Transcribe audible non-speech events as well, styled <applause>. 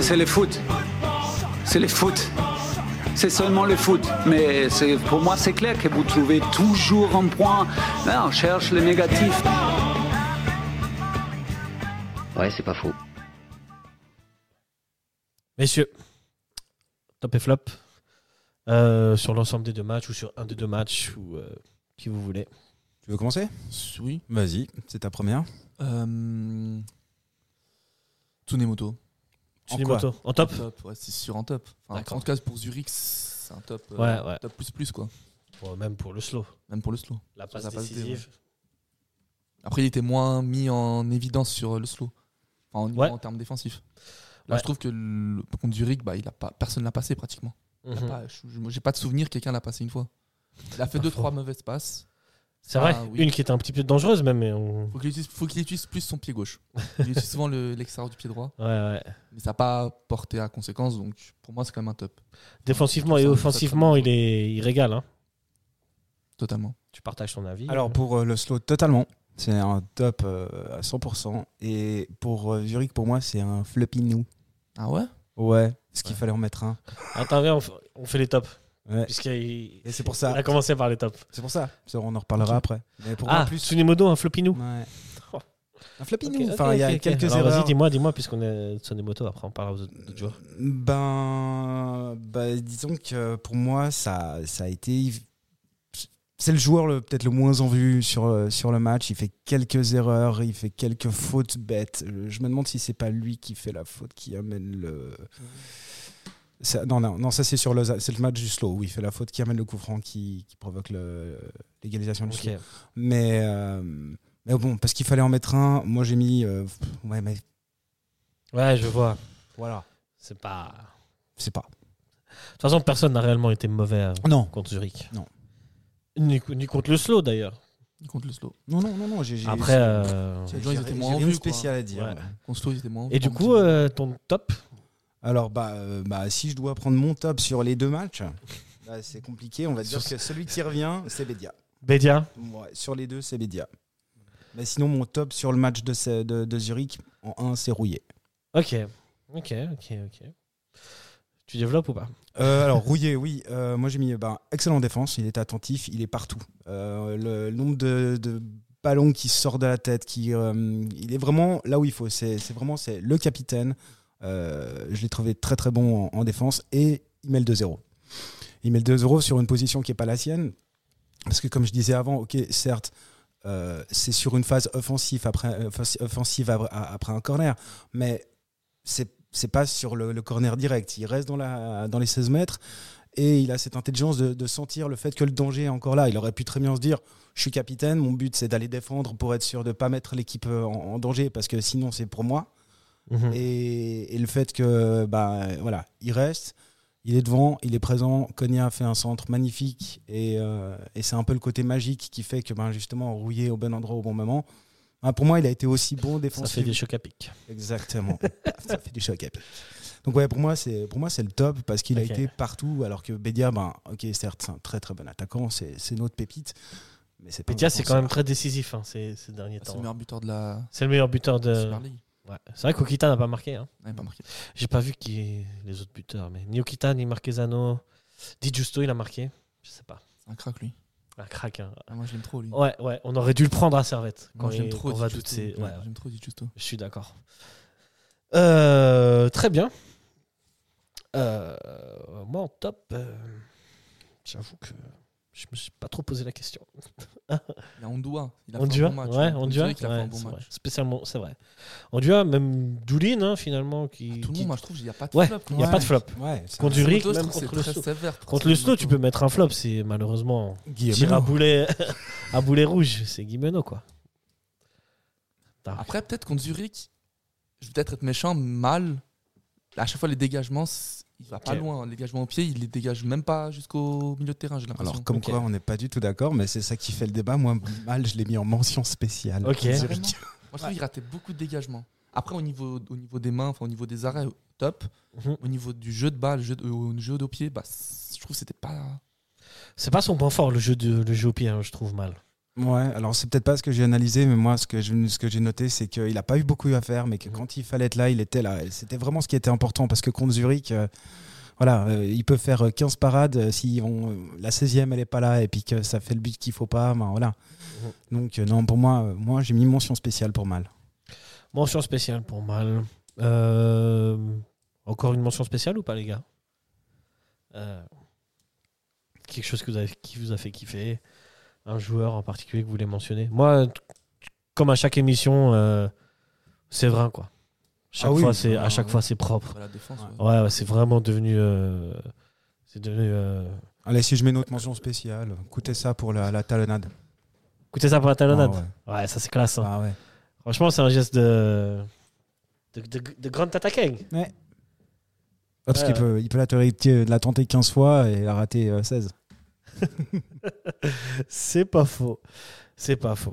C'est le foot. C'est le foot. C'est seulement le foot. Mais c'est- pour moi, c'est clair que vous trouvez toujours un point. Là, on cherche le négatif. Ouais, c'est pas faux. Messieurs, top et flop euh, sur l'ensemble des deux matchs ou sur un des deux matchs ou euh, qui vous voulez. Tu veux commencer Oui. Vas-y, c'est ta première. Euh... Tsunemoto. En Tsunemoto, en top Top, ouais, c'est sûr en top. Enfin, D'accord. en tout cas, pour Zurich, c'est un top. euh, Ouais, ouais. Top plus plus, quoi. Bon, Même pour le slow. Même pour le slow. La Sur passe la passe D, décisive. Après, il était moins mis en évidence sur le slow. Enfin, en, Ouais. en termes défensifs. Là, Ouais. je trouve que le, contre Zurich, bah, il a pas, personne l'a passé pratiquement. Il a Mhm. pas- je- moi, J'ai pas de souvenir que quelqu'un l'a passé une fois. Il a fait Pas deux faux. trois mauvaises passes. C'est Ah, vrai, oui. une qui était un petit peu dangereuse même. Mais on... Faut qu'il utilise, faut qu'il utilise plus son pied gauche. Il utilise souvent le- l'extérieur du pied droit, Ouais, ouais. mais ça n'a pas porté à conséquence. Donc pour moi, c'est quand même un top, Défensivement et Ça, ça, ça, offensivement, ça, il, est... il régale. hein. totalement. Tu partages ton avis. Alors pour euh, le slow, totalement. C'est un top euh, à 100%. Et pour euh, Zurich, pour moi, c'est un floppy nous. Ah ouais Ouais, ce qu'il fallait en mettre un. Attends, viens, Ah, on f- on fait les tops. Ouais. Puisqu'il Et c'est pour ça. il a commencé par les tops. C'est pour ça. Ça, on en reparlera après. Mais pour moi, ah, en plus. Tsunemodo, un flopinou. Ouais. Un floppy Oh. Ok, nous. ok, Enfin, il y a ok, ok. quelques Alors, erreurs. Euh, Vas-y, dis-moi, dis-moi, puisqu'on est Tsunemoto, après on parlera aux autres autres joueurs. Ben, bah, disons que pour moi, ça, ça a été. C'est le joueur le- peut-être le moins en vue sur, euh, sur le match. Il fait quelques erreurs, il fait quelques fautes bêtes. Euh, Je me demande si c'est pas lui qui fait la faute qui amène le. Ça- non, non, non, ça c'est sur le, c'est le match du slow où il fait la faute qui amène le coup franc qui, qui provoque le- l'égalisation du slow. Ok. Mais, euh, mais bon, parce qu'il fallait en mettre un, moi j'ai mis. euh, ouais, mais Ouais, je vois. voilà, C'est pas. c'est pas. De toute façon, personne n'a réellement été mauvais euh, Non, contre Zurich. Non. Ni, ni contre le slow d'ailleurs. Contre le slow. non, non, non, non. j'ai- j'ai- Après. euh, Les gens, ils étaient J'ai moins en rien vue, de quoi. spécial à dire. Ouais. Contre slow, ils étaient moins. Et du moins coup, motivés. euh, ton top Alors, bah, euh, bah, si je dois prendre mon top sur les deux matchs, bah, c'est compliqué. On va dire que celui qui revient, c'est Bedia. Bédia Ouais, sur les deux, c'est Bedia. Mais sinon, mon top sur le match de, ce- de, de Zurich, en un, c'est rouillé. Ok. Ok, ok, ok. Tu développes ou pas Euh, alors Rouillé, oui. Euh, moi j'ai mis ben, excellent défense. Il est attentif, il est partout. Euh, le nombre de, de ballons qui sort de la tête, qui, euh, il est vraiment là où il faut. C'est c'est vraiment c'est le capitaine. Euh, je l'ai trouvé très très bon en, en défense et il met le 2-0. Il met le 2-0 sur une position qui n'est pas la sienne. Parce que comme je disais avant, ok, certes, euh, c'est sur une phase offensive après, offensi- offensive après- après un corner, mais c'est c'est pas sur le, le corner direct. Il reste dans, la, dans les 16 mètres et il a cette intelligence de, de sentir le fait que le danger est encore là. Il aurait pu très bien se dire Je suis capitaine, mon but c'est d'aller défendre pour être sûr de pas mettre l'équipe euh, en, en danger parce que sinon c'est pour moi. Mhm. Et, et le fait que, bah voilà, il reste, il est devant, il est présent. Konya a fait un centre magnifique et, euh, et c'est un peu le côté magique qui fait que, ben justement, rouillé au bon endroit au bon moment. Ah, pour moi, il a été aussi bon Ça fait défensivement. des chocs à pic. Exactement. <laughs> ça fait des chocs à pic. Donc ouais, pour moi c'est pour moi c'est le top parce qu'il Ok. a été partout alors que Bedia ben OK, certes, c'est un très très bon attaquant, c'est c'est notre pépite mais c'est pas un Bédia, c'est quand défenseur. même très décisif hein, ces, ces derniers Ah, Ah, c'est temps. le meilleur buteur de la C'est le meilleur buteur de. Super League. Ouais. C'est vrai qu'Okita n'a pas marqué. hein. Ouais, pas marqué. J'ai pas vu qui les autres buteurs, mais ni Okita, ni Marquezano. Di Giusto, il a marqué. Je sais pas. C'est un crack lui. Un crack. hein. Ah, moi, je l'aime trop lui. Ouais, ouais, on aurait dû le prendre à Servette. Quand Moi, je l'aime il- trop. on va Di toutes Giusto. ces- ouais, ouais, J'aime trop Di Giusto. je suis d'accord. Euh, très bien. Euh, moi, en top, euh, j'avoue que je me suis pas trop posé la question. Il y a Ondua. Il a fait Ondua, un bon match. hein. ouais, Contre Ondua, Zurich, il a fait ouais, un bon c'est vrai. match. Spécialement, c'est vrai. Ondua, même Doulin, hein, finalement, qui. Ah, Tout le qui- monde, moi, je trouve, il n'y a pas de Ouais, flop. il n'y a Ouais. pas de flop. Ouais, c'est Contre un- Zurich, Tsunemoto, je même trouve que contre c'est le très slow. sévère. Contre le slow, Tsunemoto. tu peux mettre un flop, c'est malheureusement. Guillaume. Tire à boulet, <laughs> à boulet rouge, c'est Guimeno, quoi. Après, peut-être contre Zurich, je vais peut-être être méchant, mal. À chaque fois, les dégagements, c- il va pas Ok. loin. Les dégagements au pied, il les dégage même pas jusqu'au milieu de terrain, j'ai l'impression. Alors comme Ok. quoi on n'est pas du tout d'accord mais c'est ça qui fait le débat. Moi mal je l'ai mis en mention spéciale. Ok. Zurich. Vraiment Moi, je trouve qu'il ratait beaucoup de dégagements. Après, au niveau, au niveau des mains, enfin, au niveau des arrêts, top. Mhm. Au niveau du jeu de balle, jeu de, au jeu de pied, bah, c- je trouve que c'était pas. C'est pas son point fort, le jeu, de, le jeu au pied, hein, je trouve mal. Ouais, alors c'est peut-être pas ce que j'ai analysé, mais moi, ce que je- ce que j'ai noté, c'est qu'il a pas eu beaucoup à faire, mais que Mhm. quand il fallait être là, il était là. Et C'était vraiment ce qui était important, parce que contre Zurich, euh, voilà, euh, il peut faire euh, 15 parades, euh, si on, euh, la 16e, elle est pas là, et puis que ça fait le but qu'il faut pas, ben voilà. Mhm. Donc, euh, non, pour moi, euh, moi j'ai mis mention spéciale pour Mal. Mention spéciale pour Mal. Euh, encore une mention spéciale ou pas, les gars Euh, Quelque chose que vous avez, qui vous a fait kiffer Un joueur en particulier que vous voulez mentionner Moi, t- comme à chaque émission, euh, c'est vrai, quoi. Chaque Ah oui, fois, c'est, voilà, à chaque ouais. fois, c'est propre. Pour la défense. Ouais. ouais. Ouais, ouais, c'est vraiment devenu. euh, c'est devenu. euh, Allez, si je mets une autre mention spéciale, écoutez ça pour la, la talonnade. Écoutez ça pour la talonnade. Ah ouais. ouais. ça, c'est classe. hein. Ah ouais. Franchement, c'est un geste de. de, de, de grande tata king. Ah, Parce Ouais, qu'il ouais. peut, il peut la, tenter- euh, la tenter 15 fois et la rater euh, 16. C'est pas faux. C'est pas faux.